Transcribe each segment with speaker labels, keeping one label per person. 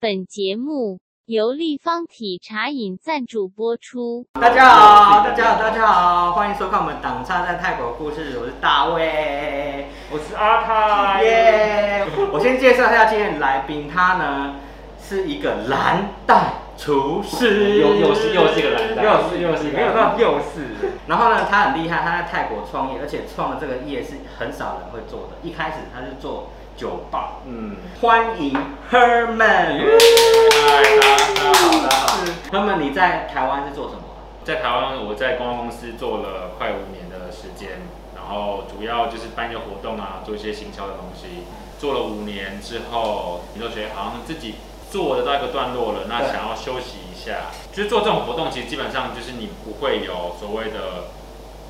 Speaker 1: 本节目由立方体茶饮赞助播出。
Speaker 2: 大家好，大家好，大家好，欢迎收看我们《党差在泰国故事》，我是大卫，
Speaker 3: 我是阿泰，
Speaker 2: 耶、我先介绍一下今天的来宾，他呢是一个蓝带厨师，
Speaker 3: 又又是又是一个蓝带
Speaker 2: 又是又是一个
Speaker 3: 没有到
Speaker 2: 又是。 然后呢，他很厉害，他在泰国创业，而且创的这个业是很少人会做的。一开始他是做酒吧，
Speaker 3: 嗯，
Speaker 2: 欢迎 Herman。
Speaker 3: 嗨，大家大家好，大家好。
Speaker 2: Herman，你在台湾是做什么？啊
Speaker 3: 在台湾，我在公关公司做了快五年的时间，然后主要就是办一些活动啊，做一些行销的东西。做了五年之后，你就觉得好像自己做得到一个段落了，那
Speaker 2: 对
Speaker 3: 想要休息一下。就是做这种活动，其实基本上就是你不会有所谓的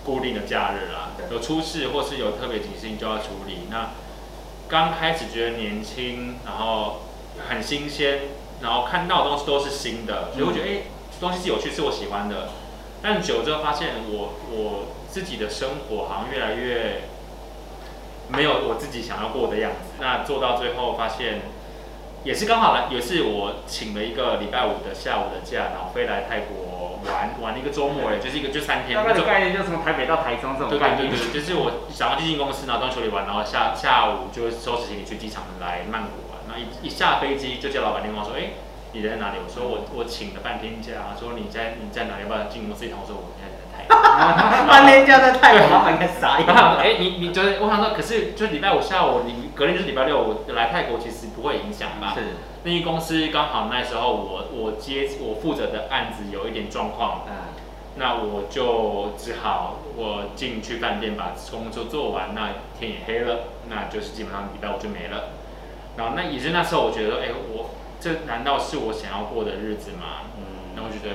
Speaker 3: 固定的假日啦，
Speaker 2: 对
Speaker 3: 有出事或是有特别紧急事情就要处理。那刚开始觉得年轻，然后很新鲜，然后看到的东西都是新的，所以我觉得哎、诶东西是有趣，是我喜欢的。但久了之后发现我我自己的生活好像越来越没有我自己想要过的样子。那做到最后发现，也是刚好来，也是我请了一个礼拜五的下午的假，然后飞来泰国玩玩一个周末，也就是一个就三天，
Speaker 4: 大概
Speaker 3: 就
Speaker 4: 的概念就是从台北到台中这种
Speaker 3: 对
Speaker 4: 概
Speaker 3: 对对
Speaker 4: 念。
Speaker 3: 对，就是我想要进公司，然后到处理完，然后下下午就收拾行李去机场来曼谷玩。然后一一下飞机就接老板电话说，哎、你人在哪里？我说我我请了半天假，说你在你在哪里？要不要进公司一趟？我说我现在在台北。
Speaker 2: 半天假在泰国，老板应该傻眼
Speaker 3: 然后
Speaker 2: 了。
Speaker 3: 哎、你你就是我想说，可是就礼拜五下午，你隔天就是礼拜六，我来泰国其实不会影响吧？
Speaker 2: 是，
Speaker 3: 那一公司刚好那时候我我接我负责的案子有一点状况，
Speaker 2: 嗯，
Speaker 3: 那我就只好我进去饭店把工作做完，那天也黑了，那就是基本上礼拜五就没了。然后那也是那时候我觉得说，哎、我这难道是我想要过的日子吗？
Speaker 2: 嗯
Speaker 3: 那我觉得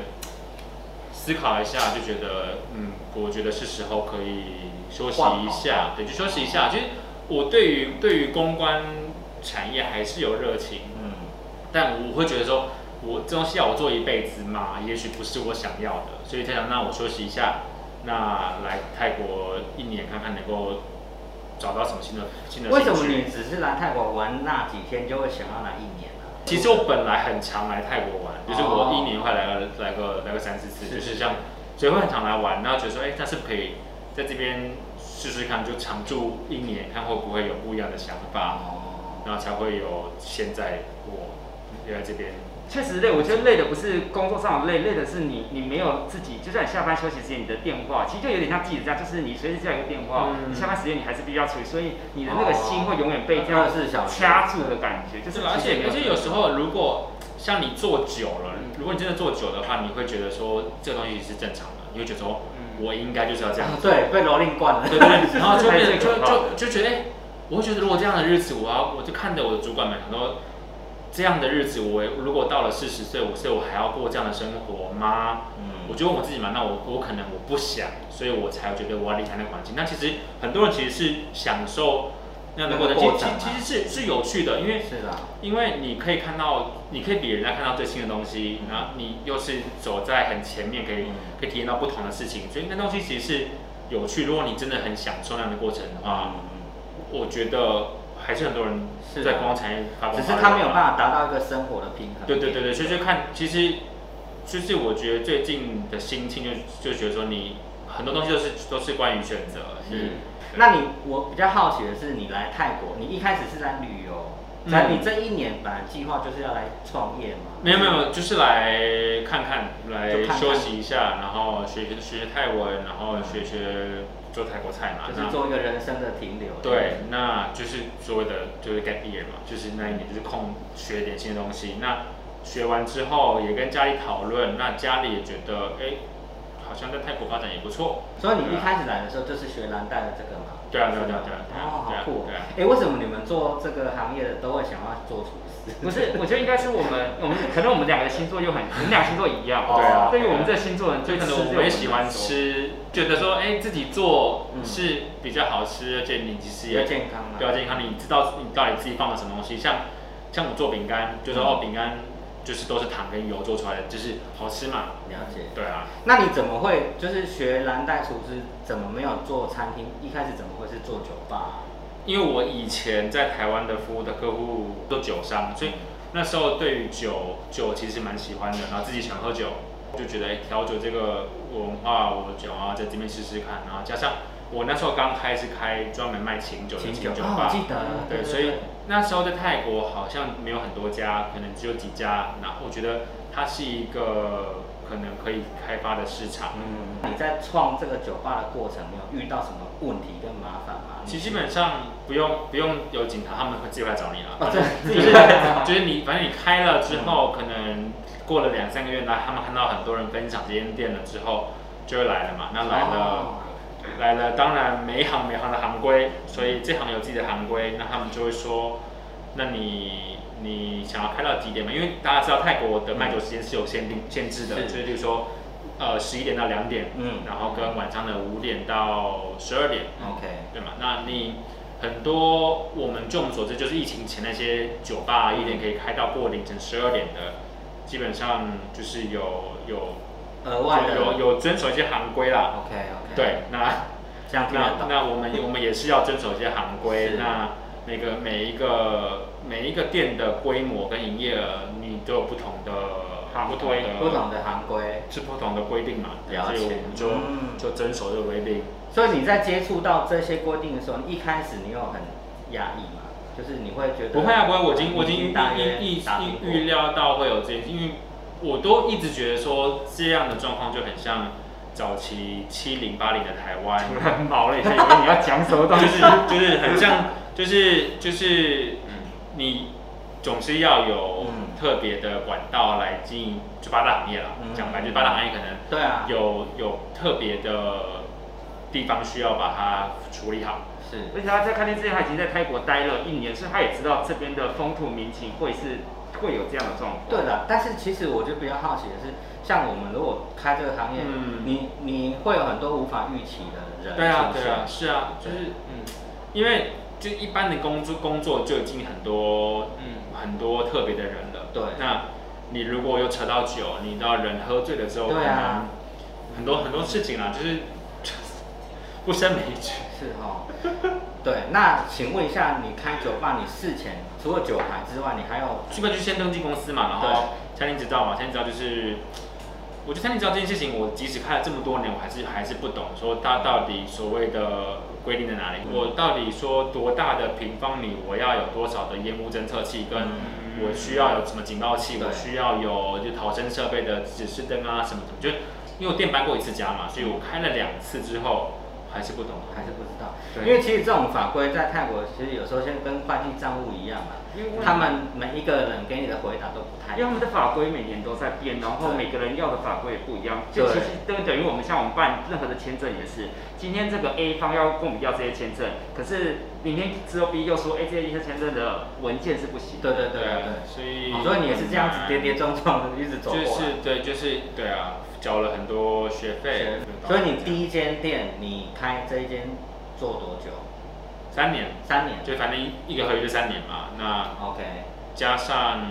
Speaker 3: 思考一下，就觉得嗯，我觉得是时候可以休息一下，对，就休息一下。就是我对于对于公关产业还是有热情，
Speaker 2: 嗯，
Speaker 3: 但我会觉得说，我这东西要我做一辈子嘛，也许不是我想要的，所以才想那我休息一下，那来泰国一年看看能够找到什么新的新的
Speaker 2: 为什
Speaker 3: 兴
Speaker 2: 么你
Speaker 3: 趣。
Speaker 2: 只是来泰国玩那几天就会想要来一年啊呢、
Speaker 3: 其实我本来很常来泰国玩，就是我一年会来个来个来个三四次，
Speaker 2: 哦是
Speaker 3: 就是像，所以会很常来玩，然后觉得说，哎、那是不是可以在这边试试看，就常住一年，看会不会有不一样的想法，
Speaker 2: 哦，
Speaker 3: 然后才会有现在我留在这边。
Speaker 4: 确实累，我觉得累的不是工作上的累，累的是你你没有自己，就算你下班休息时间，你的电话其实就有点像记者这样，就是你随时接到一个电话，
Speaker 3: 嗯哦
Speaker 4: 你下班时间你还是必须要处理，所以你的那个心会永远被这样
Speaker 2: 24小时，
Speaker 4: 掐住的感觉，就
Speaker 3: 对
Speaker 4: 是
Speaker 3: 吧？而
Speaker 4: 其实
Speaker 3: 且啊而
Speaker 4: 没
Speaker 3: 且有时候，如果像你做久了，如果你真的做久的话，你会觉得说这个东西是正常的，你会觉得说
Speaker 4: 嗯
Speaker 3: 我应该就是要这样
Speaker 2: 对，被蹂躏惯了。
Speaker 3: 对对对，然后就变得
Speaker 4: 这才是
Speaker 3: 就
Speaker 4: 最可怕的
Speaker 3: 就就觉得，哎、我会觉得如果这样的日子，我要我就看着我的主管们很多这样的日子，我如果到了四十岁，我所以我还要过这样的生活吗？我
Speaker 2: 嗯，
Speaker 3: 就问我自己嘛，那我我可能我不想，所以我才觉得我要离开那个环境。那其实很多人其实是享受那样的过程，
Speaker 2: 那个过
Speaker 3: 其
Speaker 2: 程啊
Speaker 3: 其其实是是有趣的，因为
Speaker 2: 是啦，
Speaker 3: 因为你可以看到，你可以比人家看到最新的东西，然后你又是走在很前面，可以
Speaker 2: 嗯
Speaker 3: 可以体验到不同的事情，所以那东西其实是有趣。如果你真的很享受那样的过程的
Speaker 2: 嗯
Speaker 3: 话，我觉得还是很多人
Speaker 2: 是啊
Speaker 3: 在观光产业发
Speaker 2: 嗯，
Speaker 3: 光
Speaker 2: 只
Speaker 3: 发热
Speaker 2: 是
Speaker 3: 吧
Speaker 2: 他没有办法达到一个生活的平衡。
Speaker 3: 对对对对，所以就看，其实就是我觉得最近的心情就就觉得说你很多东西都是都是关于选择，
Speaker 2: 是
Speaker 3: 你。
Speaker 2: 嗯那你我比较好奇的是，你来泰国，你一开始是来旅游，
Speaker 3: 嗯
Speaker 2: 那、你这一年本来计划就是要来创业吗？
Speaker 3: 没有没有没有，就是来看看，
Speaker 2: 就
Speaker 3: 来
Speaker 2: 看看
Speaker 3: 休息一下，然后学学学泰文，然后学学做泰国菜嘛。
Speaker 2: 就是做一个人生的停留。
Speaker 3: 那对，那就是所谓的就是 gap year 嘛，就是那一年就是空学点新的东西。那学完之后也跟家里讨论，那家里也觉得哎、好像在泰国发展也不错。
Speaker 2: 所以你一开始来的时候就是学蓝带的这个吗？
Speaker 3: 对啊对啊对啊对啊对啊
Speaker 2: 哦，
Speaker 3: 对
Speaker 2: 好
Speaker 3: 啊
Speaker 2: 酷哦！
Speaker 3: 对啊
Speaker 2: 哎，为什么你们做这个行业的都会想要做厨师？
Speaker 4: 不是，我觉得应该是我们，我们可能我们两个星座又很，我们两个星座一样，
Speaker 2: 对啊
Speaker 4: 对于我们这星座人，
Speaker 3: 所
Speaker 4: 最
Speaker 3: 以可
Speaker 4: 吃
Speaker 3: 能我
Speaker 4: 这
Speaker 3: 们也
Speaker 4: 种
Speaker 3: 喜欢
Speaker 4: 东西
Speaker 3: 吃，觉得说，哎、自己做
Speaker 2: 嗯
Speaker 3: 是比较好吃，而且你其实
Speaker 2: 比较
Speaker 3: 也
Speaker 2: 健康啊
Speaker 3: 比较健康。你知道你到底自己放了什么东西，像像我做饼干，就说
Speaker 2: 嗯
Speaker 3: 哦，饼干就是都是糖跟油做出来的，就是好吃嘛。
Speaker 2: 了解。
Speaker 3: 对啊，
Speaker 2: 那你怎么会就是学蓝带厨师，怎么没有做餐厅？一开始怎么会是做酒吧啊？
Speaker 3: 因为我以前在台湾的服务的客户都酒商，所以那时候对于酒酒其实蛮喜欢的，然后自己想喝酒，就觉得哎调酒这个文化我想要在这边试试看，然后加上我那时候刚开始开专门卖清酒的
Speaker 2: 清
Speaker 3: 清
Speaker 2: 酒
Speaker 3: 酒
Speaker 2: 啊，
Speaker 3: 吧
Speaker 2: 我，记得，
Speaker 3: 对，所以那时候在泰国好像没有很多家，可能只有几家。然后我觉得它是一个可能可以开发的市场。
Speaker 2: 嗯，你在创这个酒吧的过程，没有遇到什么问题跟麻烦吗？
Speaker 3: 其实基本上不用不用有警察，他们会自己会来找你啊。
Speaker 2: 哦，对，自
Speaker 3: 就
Speaker 2: 己
Speaker 3: 是
Speaker 2: 来
Speaker 3: 就是你，反正你开了之后，可能过了两三个月，那他们看到很多人分享这间店了之后，就会来了嘛。那来了。
Speaker 2: 哦
Speaker 3: 来了，当然每一行每一行的行规，所以这行有自己的行规，那他们就会说，那你你想要开到几点嘛？因为大家知道泰国的卖酒时间是有限定限制的，
Speaker 2: 是
Speaker 3: 就是例如说，呃，十一点到两点，
Speaker 2: 嗯
Speaker 3: 然后跟晚上的五点到十二点，
Speaker 2: ，OK，
Speaker 3: 对嘛？那你很多我们据我们所知，就是疫情前那些酒吧一点可以开到过凌晨十二点的，基本上就是有有
Speaker 2: 额外的
Speaker 3: 有有有遵守一些行规啦。
Speaker 2: ，OK OK，，
Speaker 3: 对，那
Speaker 2: 这样听得
Speaker 3: 那
Speaker 2: 懂，
Speaker 3: 那我们我们也是要遵守一些行规
Speaker 2: 是。
Speaker 3: 那每个每一个每一个店的规模跟营业额，你都有不同的
Speaker 4: 行
Speaker 3: 不同
Speaker 4: 规
Speaker 3: 的
Speaker 2: 不同的行规。
Speaker 3: 是不同的规定嘛，
Speaker 2: 了
Speaker 3: 所以我
Speaker 2: 解
Speaker 3: 们就、
Speaker 2: 嗯
Speaker 3: 就遵守这个规定。
Speaker 2: 所以你在接触到这些规定的时候，你一开始你有很压抑吗？就是你会觉得
Speaker 3: 不会啊，不会，我已经我已经预
Speaker 2: 大约
Speaker 3: 预预
Speaker 2: 打听过
Speaker 3: 预预料到会有这件事，因为我都一直觉得说这样的状况就很像早期七零八零的台 湾，
Speaker 4: 突然毛了一下，以为你要讲什么 东
Speaker 3: 就
Speaker 4: 西
Speaker 3: 是。就是很像，就是就是你总是要有
Speaker 2: 嗯
Speaker 3: 特别的管道来经营，就八大行业啦
Speaker 2: 嗯，
Speaker 3: 讲白就是八大行业可能
Speaker 2: 对啊，
Speaker 3: 有有特别的地方需要把它处理好。
Speaker 2: 是
Speaker 4: 而且他在开店之前，他已经在泰国待了一年，所以他也知道这边的风土民情会是会有这样的状况。
Speaker 2: 对的，但是其实我就比较好奇的是，像我们如果开这个行业，
Speaker 3: 嗯
Speaker 2: 你你会有很多无法预期的人
Speaker 3: 对啊，
Speaker 2: 出
Speaker 3: 对啊，
Speaker 2: 现，
Speaker 3: 是啊，就是嗯，因为就一般的工作工作就已经很多嗯很多特别的人了。
Speaker 2: 对
Speaker 3: 那你如果又扯到酒，你到人喝醉了之后，
Speaker 2: 对啊，
Speaker 3: 很多很多事情啊，就是 不胜枚举。
Speaker 2: 是哦。对，那请问一下，你开酒吧，你事前除了酒牌之外，你还有
Speaker 3: 基本就先登记公司嘛，然
Speaker 2: 对
Speaker 3: 后餐厅执照嘛，餐厅执照就是，我觉得餐厅执照这件事情，我即使看了这么多年，我还是还是不懂，说它到底所谓的规定在哪里？
Speaker 2: 嗯
Speaker 3: 我到底说多大的平方米，我要有多少的烟雾侦测器，跟
Speaker 2: 嗯
Speaker 3: 我需要有什么警报器，
Speaker 2: 对
Speaker 3: 我需要有就逃生设备的指示灯啊什么什么，就因为我店搬过一次家嘛，所以我开了两次之后还是不懂，
Speaker 2: 还是不知道，
Speaker 3: 对
Speaker 2: 因为其实这种法规在泰国其实有时候像跟会计账务一样嘛
Speaker 4: 因为，
Speaker 2: 他们每一个人给你的回答都不太一
Speaker 4: 因为他
Speaker 2: 样。
Speaker 4: 们的法规每年都在变，然后
Speaker 2: 对
Speaker 4: 每个人要的法规也不一样。就
Speaker 2: 对
Speaker 4: 其实这个等于我们像我们办任何的签证也是，今天这个 A 方要跟我们要这些签证，可是明天之后 B 又说，哎、这些签证的文件是不行的。
Speaker 2: 对对对对对。
Speaker 3: 所以
Speaker 2: 哦所以你也是这样子跌跌撞撞的一直走过
Speaker 3: 就
Speaker 2: 来。
Speaker 3: 是对，就是对啊，缴了很多学费，
Speaker 2: 所以你第一间店，你开这一间做多久？
Speaker 3: 三年，
Speaker 2: 三年。
Speaker 3: 就反正一一个合约就三年嘛，那
Speaker 2: OK，
Speaker 3: 加上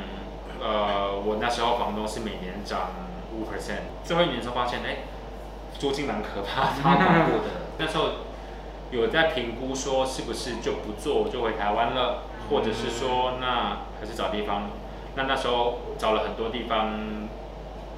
Speaker 3: 呃，我那时候房东是每年涨五 percent，最后一年的时候发现，哎、租金蛮可怕
Speaker 2: 超
Speaker 3: 的，
Speaker 2: 恐怖 的。
Speaker 3: 那时候有在评估说是不是就不做，我就回台湾了，或者是说
Speaker 2: 嗯
Speaker 3: 那还是找地方。那那时候找了很多地方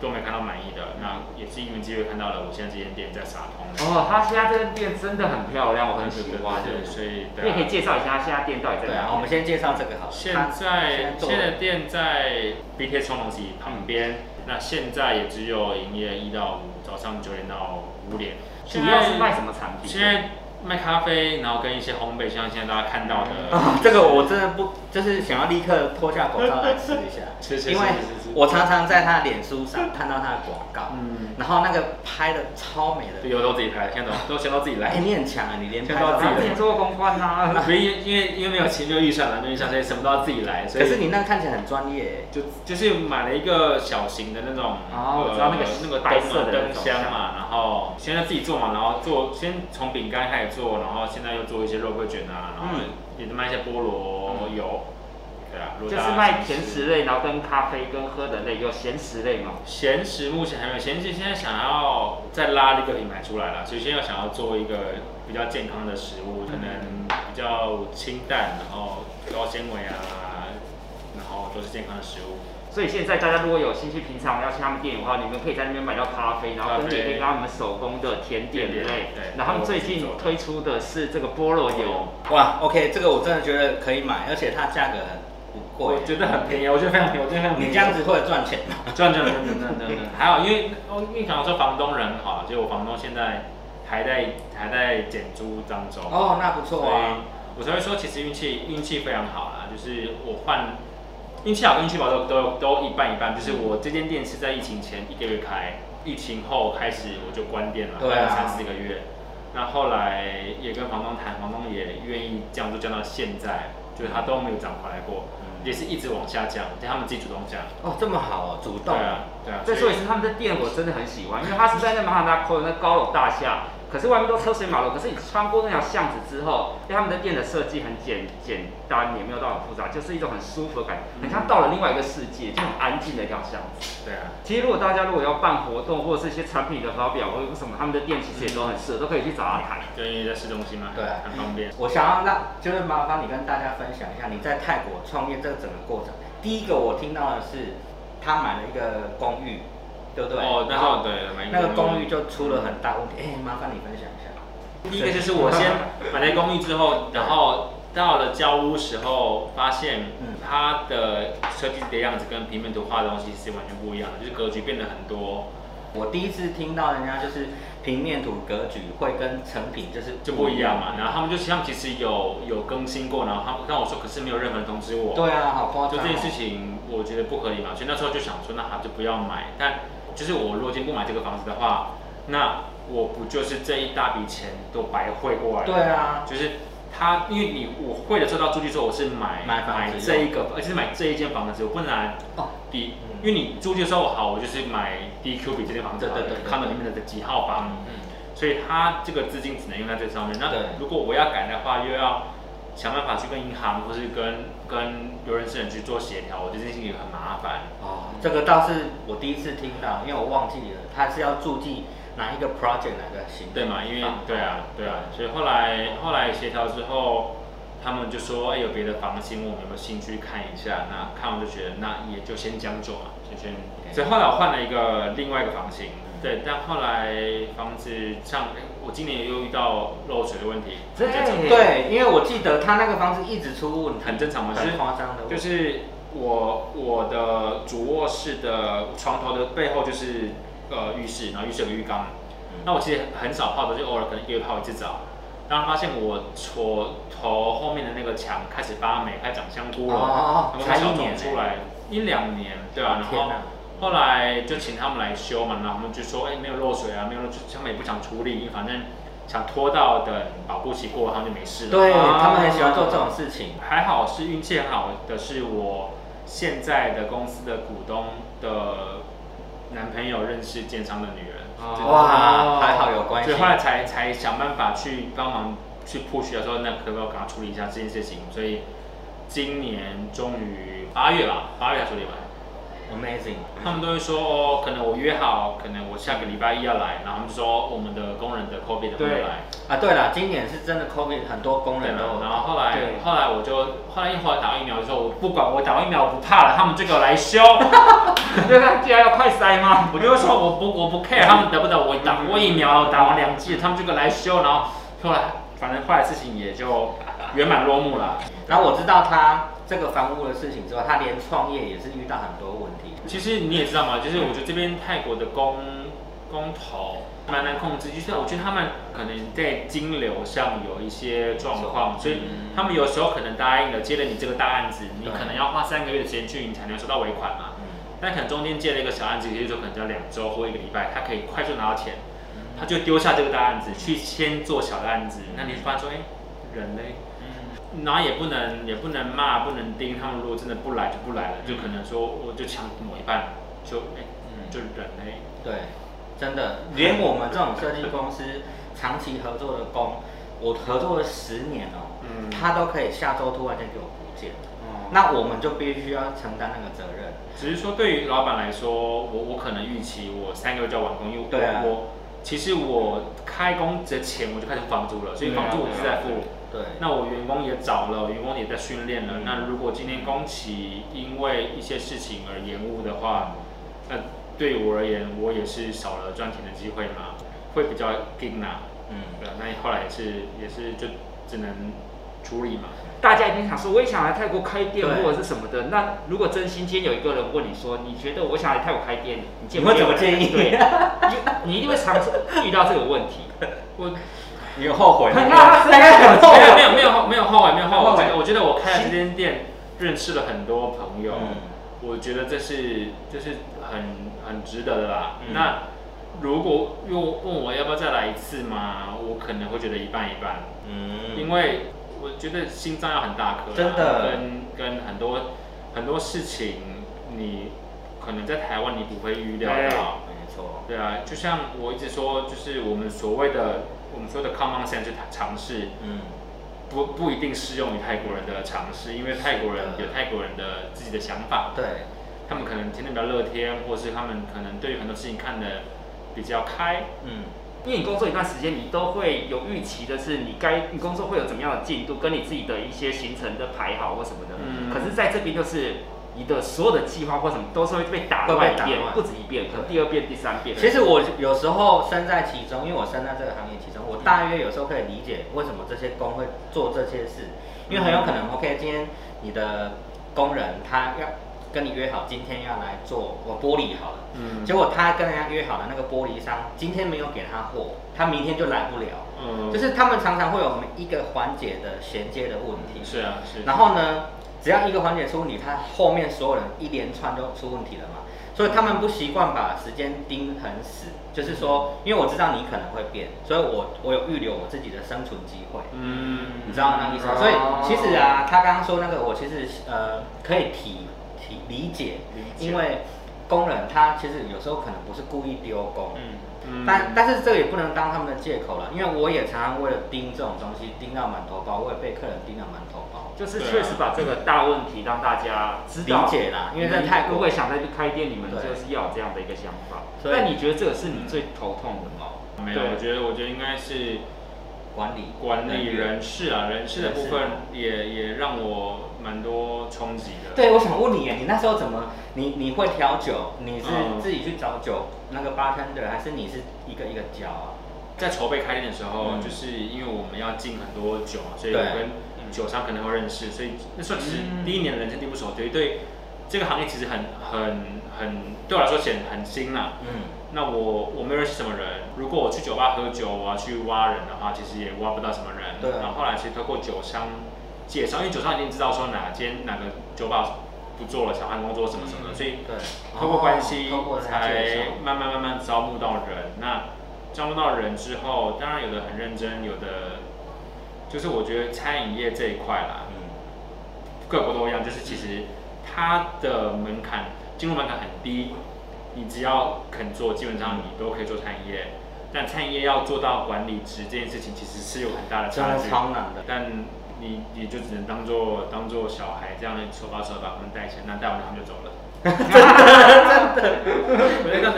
Speaker 3: 都没看到满意的，那也是因为机会看到了我现在这间店在沙通。
Speaker 4: 哦，他现在这个店真的很漂亮，我很喜欢。
Speaker 3: 对，所以
Speaker 4: 你也可
Speaker 3: 对
Speaker 4: 以
Speaker 3: 啊。
Speaker 4: 介绍一下他现在店到底在
Speaker 2: 对
Speaker 4: 哪
Speaker 2: 啊，
Speaker 4: 里？
Speaker 2: 我们先介绍这个好了。
Speaker 3: 现
Speaker 2: 它
Speaker 3: 在
Speaker 2: 做
Speaker 3: 现在店在 BTS 冲浪西旁边，那现在也只有营业一到五，早上九点到五点。
Speaker 4: 主要是卖什么产品？
Speaker 3: 现在卖咖啡，然后跟一些烘焙，像现在大家看到 的，
Speaker 2: 啊， 这个我真的不，就是想要立刻脱下口罩来吃一下，
Speaker 3: 是是是
Speaker 2: 因为
Speaker 3: 是是
Speaker 2: 我常常在他的脸书上看到他的广告，
Speaker 3: 嗯
Speaker 2: 然后那个拍的超美
Speaker 3: 对，
Speaker 2: 的，
Speaker 3: 有都自己拍，现在都都先都自己
Speaker 2: 哎，
Speaker 3: 来。
Speaker 2: 你很强啊，你连
Speaker 3: 先
Speaker 2: 拍
Speaker 3: 到
Speaker 2: 都
Speaker 3: 自己
Speaker 4: 他
Speaker 2: 自
Speaker 4: 之
Speaker 2: 己
Speaker 4: 前做过公关啊。
Speaker 3: 所以因为因为没有钱就预算了，没有预算，所以什么都要自己来。所
Speaker 2: 可
Speaker 3: 以
Speaker 2: 是你那看起来很专业，
Speaker 3: 就就是买了一个小型的那种，呃
Speaker 4: 哦我知道那个
Speaker 3: 那个
Speaker 4: 白
Speaker 3: 灯
Speaker 4: 色的
Speaker 3: 嘛
Speaker 4: 那
Speaker 3: 灯
Speaker 4: 种
Speaker 3: 箱嘛，然后现在自己做嘛，然后做先从饼干开始做，然后现在又做一些肉桂卷啊，然后
Speaker 2: 嗯
Speaker 3: 也是卖一些菠萝油，对啊，如果
Speaker 4: 嗯就
Speaker 3: 大家
Speaker 4: 是卖
Speaker 3: 想吃
Speaker 4: 甜食类，然后跟咖啡跟喝的类，有咸食类吗？
Speaker 3: 咸食目前还没有，咸食现在想要再拉一个品牌出来了，所以现在想要做一个比较健康的食物，可能比较清淡，然后高纤维啊，然后都是健康的食物。
Speaker 4: 所以现在大家如果有兴趣，平常要去他们店的话，你们可以在那边买到咖啡，然后跟
Speaker 3: 咖啡
Speaker 4: 也可以跟他们手工的甜点之
Speaker 3: 甜
Speaker 4: 类
Speaker 3: 点对。
Speaker 4: 然后他们最近推出的是这个菠萝油，
Speaker 2: 哇，OK，这个我真的觉得可以买，而且它价格很不贵
Speaker 3: 我。觉得很便宜，我觉得非常便宜，我觉得非常
Speaker 2: 你
Speaker 3: 便宜。
Speaker 2: 这样子会赚钱吗？
Speaker 3: 赚赚赚赚赚赚赚，还好，因为我因为想说房东人好，结果房东现在还在还在减租漳州，
Speaker 2: 哦，那不错
Speaker 3: 所以
Speaker 2: 啊。
Speaker 3: 我才会说其实运气运气非常好啦，就是我换运气好跟运气不好都都都一半一半，就是我这间店是在疫情前一个月开，疫情后开始我就关店了，
Speaker 2: 对啊
Speaker 3: 关了三四个月，那后来也跟房东谈，房东也愿意降租降到现在，就是他都没有涨回来过，
Speaker 2: 嗯
Speaker 3: 也是一直往下降，他们自己主动降。
Speaker 2: 哦，这么好哦，主
Speaker 3: 对
Speaker 2: 动。
Speaker 3: 啊，对啊，
Speaker 4: 这所以是他们的店我真的很喜欢，因为它是在那马哈拉口的那高楼大厦，可是外面都车水马龙，可是你穿过那条巷子之后，因为他们的店的设计很简简单，也没有到很复杂，就是一种很舒服的感觉，很像到了另外一个世界，就很安静的一条巷子。
Speaker 3: 对啊，
Speaker 4: 其实如果大家如果要办活动或者是一些产品的发表或者什么，他们的店其实也都很适合，都可以去找他谈。
Speaker 3: 就因为在市中心嘛，
Speaker 2: 对啊
Speaker 3: 很方便。
Speaker 2: 我想要让，就是麻烦你跟大家分享一下你在泰国创业这个整个过程。第一个我听到的是，他买了一个公寓，对不对？
Speaker 3: 哦，那
Speaker 2: 然
Speaker 3: 时候
Speaker 2: 后
Speaker 3: 对，蛮
Speaker 2: 那个公寓就出了很大问题。哎，麻烦你分享一下。
Speaker 3: 第一个就是我 先买了公寓之后，然后到了交屋时候，发现
Speaker 2: 嗯
Speaker 3: 它的设计的样子跟平面图画的东西是完全不一样的，就是格局变得很多，
Speaker 2: 我第一次听到人家就是平面图格局会跟成品就是
Speaker 3: 就不一样
Speaker 2: 嗯
Speaker 3: 嘛。然后他们就他们其实有有更新过，然后他们让我说，可是没有任何人通知我。
Speaker 2: 对啊，好夸张、哦。
Speaker 3: 就这件事情，我觉得不合理嘛，所以那时候就想说，那他就不要买。但就是我如果今天不买这个房子的话，那我不就是这一大笔钱都白汇过来了？
Speaker 2: 对啊
Speaker 3: 就是他，因为你我汇的时候到租金之后，我是买
Speaker 2: 买房子
Speaker 3: 这一个，而且是买这一间房子，我不能拿
Speaker 2: 哦，
Speaker 3: 比，
Speaker 2: 嗯
Speaker 3: 因为你租金的时候好，我就是买 DQ 比这间房子好
Speaker 2: 对对对对
Speaker 3: 看到里面的几号房，
Speaker 2: 嗯，
Speaker 3: 所以他这个资金只能用在这上面。那
Speaker 2: 对
Speaker 3: 如果我要改的话，又要想办法去跟银行或是跟跟有人事人去做协调，我觉得这件事情很麻烦。
Speaker 2: 哦，这个倒是我第一次听到，因为我忘记了，他是要注记哪一个 project 哪个型，
Speaker 3: 对嘛？因为
Speaker 2: 啊
Speaker 3: 对啊，对啊，所以后来后来协调之后，他们就说，哎，有别的房型，我们有没有兴趣看一下？那看完就觉得，那也就先将就嘛，就先。
Speaker 2: OK
Speaker 3: 所以后来我换了一个另外一个房型
Speaker 2: 嗯，
Speaker 3: 对，但后来房子像我今年又遇到漏水的问题，
Speaker 4: 对
Speaker 3: 很正常
Speaker 2: 对，因为我记得他那个房子一直出问题，
Speaker 3: 很正常嘛，就是
Speaker 2: 很夸张的问题，
Speaker 3: 就是我我的主卧室的床头的背后就是呃浴室，然后浴室有个浴缸。
Speaker 2: 嗯
Speaker 3: 那我其实很少泡的，就偶尔可能一个月泡一次澡。然后发现我我头后面的那个墙开始发霉，开始长香菇了，
Speaker 2: 哦
Speaker 3: 然后开始
Speaker 2: 才一
Speaker 3: 长
Speaker 2: 年
Speaker 3: 出来一两年，对啊，然
Speaker 2: 天
Speaker 3: 后
Speaker 2: 哪
Speaker 3: 后来就请他们来修嘛，然后他们就说，哎，没有漏水啊，没有漏，就他们也不想处理，因为反正想拖到等保护期过，他们就没事了。
Speaker 2: 对、
Speaker 4: 啊
Speaker 2: 他们很喜欢做这种事情，
Speaker 3: 还好是运气很好的是我现在的公司的股东的男朋友认识建商的女人，
Speaker 4: 哦
Speaker 3: 这
Speaker 2: 哇，还好有关系
Speaker 3: 啊所以，后来才才想办法去帮忙去 push 的时候，那可不可以赶快处理一下这件事情？所以今年终于八月吧，八月才处理完。
Speaker 2: amazing，
Speaker 3: 他们都会说哦，可能我约好，可能我下个礼拜一要来，然后他们就说哦我们的工人的 COVID 会
Speaker 4: 对
Speaker 3: 来，
Speaker 2: 啊，对了，今年是真的 COVID 很多工
Speaker 3: 对
Speaker 2: 人都
Speaker 3: 嘛
Speaker 2: 有，
Speaker 3: 然后后来
Speaker 4: 对
Speaker 3: 后来我就后来一会儿打疫苗的时候，我不管我打疫苗我不怕了，他们就给我来修，
Speaker 4: 对啊，既然要快塞吗？
Speaker 3: 我就会说我不我不 care 他们得不得，我打过疫苗，我打完两剂，他们就给我来修，然后后来反正后来事情也就圆满落幕了。
Speaker 2: 然后我知道他这个房屋的事情之后，他连创业也是遇到很多问题，
Speaker 3: 其实你也知道嘛，就是我觉得这边泰国的公公投蛮难控制，就是我觉得他们可能在金流上有一些状况，所以他们有时候可能答应了接了你这个大案子，你
Speaker 2: 对
Speaker 3: 可能要花三个月的时间去，你才能收到尾款嘛。
Speaker 2: 嗯，
Speaker 3: 但可能中间接了一个小案子，也就是说可能要两周或一个礼拜，他可以快速拿到钱，
Speaker 2: 嗯
Speaker 3: 他就丢下这个大案子去先做小的案子，那你就发现说，哎、人嘞，
Speaker 2: 嗯
Speaker 3: 然后也不能也不能骂，不能盯他们。如果真的不来就不来了，就可能说我就抢某一半，就哎、
Speaker 2: 嗯
Speaker 3: 就忍哎、
Speaker 2: 对，真的，连我们这种设计公司长期合作的工，我合作了十年哦、
Speaker 3: 嗯
Speaker 2: 他都可以下周突然间给我不见，
Speaker 4: 哦
Speaker 2: 那我们就必须要承担那个责任。
Speaker 3: 只是说对于老板来说，我我可能预期我三个月就要完工，因为我、
Speaker 2: 对啊
Speaker 3: 我其实我开工之前我就开始付房租了，所以
Speaker 4: 对啊
Speaker 3: 房租我自己在付
Speaker 4: 对
Speaker 2: 对，
Speaker 4: 啊。
Speaker 3: 那我员工也找了，我员工也在训练了。
Speaker 4: 嗯
Speaker 3: 那如果今天工期因为一些事情而延误的话，那对我而言，我也是少了赚钱的机会嘛，会比较硬啊。
Speaker 2: 嗯，
Speaker 3: 对啊，那后来也是也是就只能处理嘛。
Speaker 4: 大家一定想说，我也想来泰国开店
Speaker 2: 对
Speaker 4: 或者是什么的。那如果真心今天有一个人问你说，你觉得我想来泰国开店，你建
Speaker 2: 你
Speaker 4: 不
Speaker 2: 会怎么
Speaker 4: 建议我
Speaker 2: 建议？
Speaker 4: 对，你你一定会常遇到这个问题。我
Speaker 2: 你有后 悔吗？
Speaker 4: 那那那
Speaker 2: 后
Speaker 3: 没
Speaker 2: 悔
Speaker 3: 有 没有没有后没有后悔没有后
Speaker 2: 后
Speaker 3: 悔
Speaker 2: 悔，
Speaker 3: 我觉得我开了这间店，认识了很多朋友，
Speaker 2: 嗯
Speaker 3: 我觉得这是这是很很值得的啦。
Speaker 2: 嗯
Speaker 3: 那如果又问我要不要再来一次嘛，我可能会觉得一半一半，因
Speaker 2: 嗯，
Speaker 3: 为我觉得心脏要很大颗啦，
Speaker 2: 真的
Speaker 3: 跟跟很多很多事情你可能在台湾你不会预料
Speaker 4: 对
Speaker 3: 到。
Speaker 2: 没错，
Speaker 3: 对啊，就像我一直说，就是我们所谓的我们所谓的 common sense 去尝试，
Speaker 2: 嗯，
Speaker 3: 不不一定适用于泰国人的尝试，因为泰国人
Speaker 2: 是的
Speaker 3: 有泰国人的自己的想法，
Speaker 2: 对，
Speaker 3: 他们可能天天比较乐天，或是他们可能对于很多事情看得比较开。
Speaker 2: 嗯，
Speaker 4: 因为你工作一段时间，你都会有预期的是，你该你工作会有怎么样的进度，跟你自己的一些行程的排好或什么的。
Speaker 3: 嗯
Speaker 4: 可是在这边就是你的所有的计划或什么都是会被打
Speaker 2: 会
Speaker 4: 乱
Speaker 2: 被
Speaker 4: 一
Speaker 2: 打
Speaker 4: 遍，
Speaker 2: 乱
Speaker 4: 不止一遍，可能第二遍、第三遍。
Speaker 2: 其实我有时候身在其中，因为我身在这个行业其中，我大约有时候可以理解为什么这些工会做这些事，因为很有可能，OK，今天你的工人他要跟你约好今天要来做我玻璃好了，
Speaker 3: 嗯
Speaker 2: 结果他跟人家约好了那个玻璃商今天没有给他货，他明天就来不了，
Speaker 3: 嗯，
Speaker 2: 就是他们常常会有每一个环节的衔接的问题，
Speaker 3: 是啊是，
Speaker 2: 然后呢，只要一个环节出问题，他后面所有人一连串都出问题了嘛。所以他们不习惯把时间盯很死，就是说，因为我知道你可能会变，所以我我有预留我自己的生存机会，
Speaker 3: 嗯，
Speaker 2: 你知道那意思吗？
Speaker 4: 哦
Speaker 2: 所以其实啊，他刚刚说那个，我其实呃可以体体理解，
Speaker 3: 理解
Speaker 2: 因为工人他其实有时候可能不是故意丢工，
Speaker 4: 嗯，
Speaker 3: 嗯
Speaker 2: 但但是这个也不能当他们的借口了，因为我也常常为了盯这种东西盯到满头包，我也被客人盯到满头包。
Speaker 4: 就是
Speaker 3: 对啊
Speaker 4: 确实把这个大问题让大家知道
Speaker 2: 理解啦因为在
Speaker 4: 你
Speaker 2: 泰国
Speaker 4: 如果想再去开店，你们
Speaker 2: 对
Speaker 4: 就是要有这样的一个想法。
Speaker 2: 所以
Speaker 4: 那你觉得这个是你最头痛的吗？
Speaker 3: 没有，
Speaker 4: 对
Speaker 3: 我觉得我觉得应该是
Speaker 2: 管理
Speaker 3: 管理
Speaker 2: 员。
Speaker 3: 人事啊，人事的部分也也让我蛮多冲击的。
Speaker 2: 对，我想问你耶，你那时候怎么，你你会调酒？你是
Speaker 3: 嗯
Speaker 2: 自己去找酒、那个 bartender，还是你是一个一个教啊？
Speaker 3: 在筹备开店的时候，
Speaker 2: 嗯
Speaker 3: 就是因为我们要进很多酒嘛，所以我
Speaker 2: 对
Speaker 3: 跟酒商可能会认识，所以那时候其实
Speaker 4: 嗯
Speaker 3: 第一年人生地不熟，对对这个行业其实很很很对我来说显很新啦。
Speaker 2: 嗯，
Speaker 3: 那我我没有认识什么人，如果我去酒吧喝酒，我要去挖人的话，其实也挖不到什么人。
Speaker 2: 对啊
Speaker 3: 然后后来其实透过酒商介绍，因为酒商已经知道说哪间哪个酒吧不做了，想换工作什么什么
Speaker 2: 嗯
Speaker 3: 的，所以
Speaker 2: 对，
Speaker 3: 透过关系
Speaker 2: 透哦过他介绍
Speaker 3: 才慢慢慢慢招募到人。那招募到人之后，当然有的很认真，有的就是我觉得餐饮业这一块啦，
Speaker 2: 嗯，
Speaker 3: 各国都一样，就是其实它的门槛进入门槛很低，你只要肯做，基本上你都可以做餐饮业。但餐饮业要做到管理职这件事情，其实是有很大的
Speaker 2: 真
Speaker 3: 差
Speaker 2: 的
Speaker 3: 距。
Speaker 2: 超难的。
Speaker 3: 但你你就只能当做当做小孩这样手把手把他们带起来，那带完他们就走 了。真的真的，我就告诉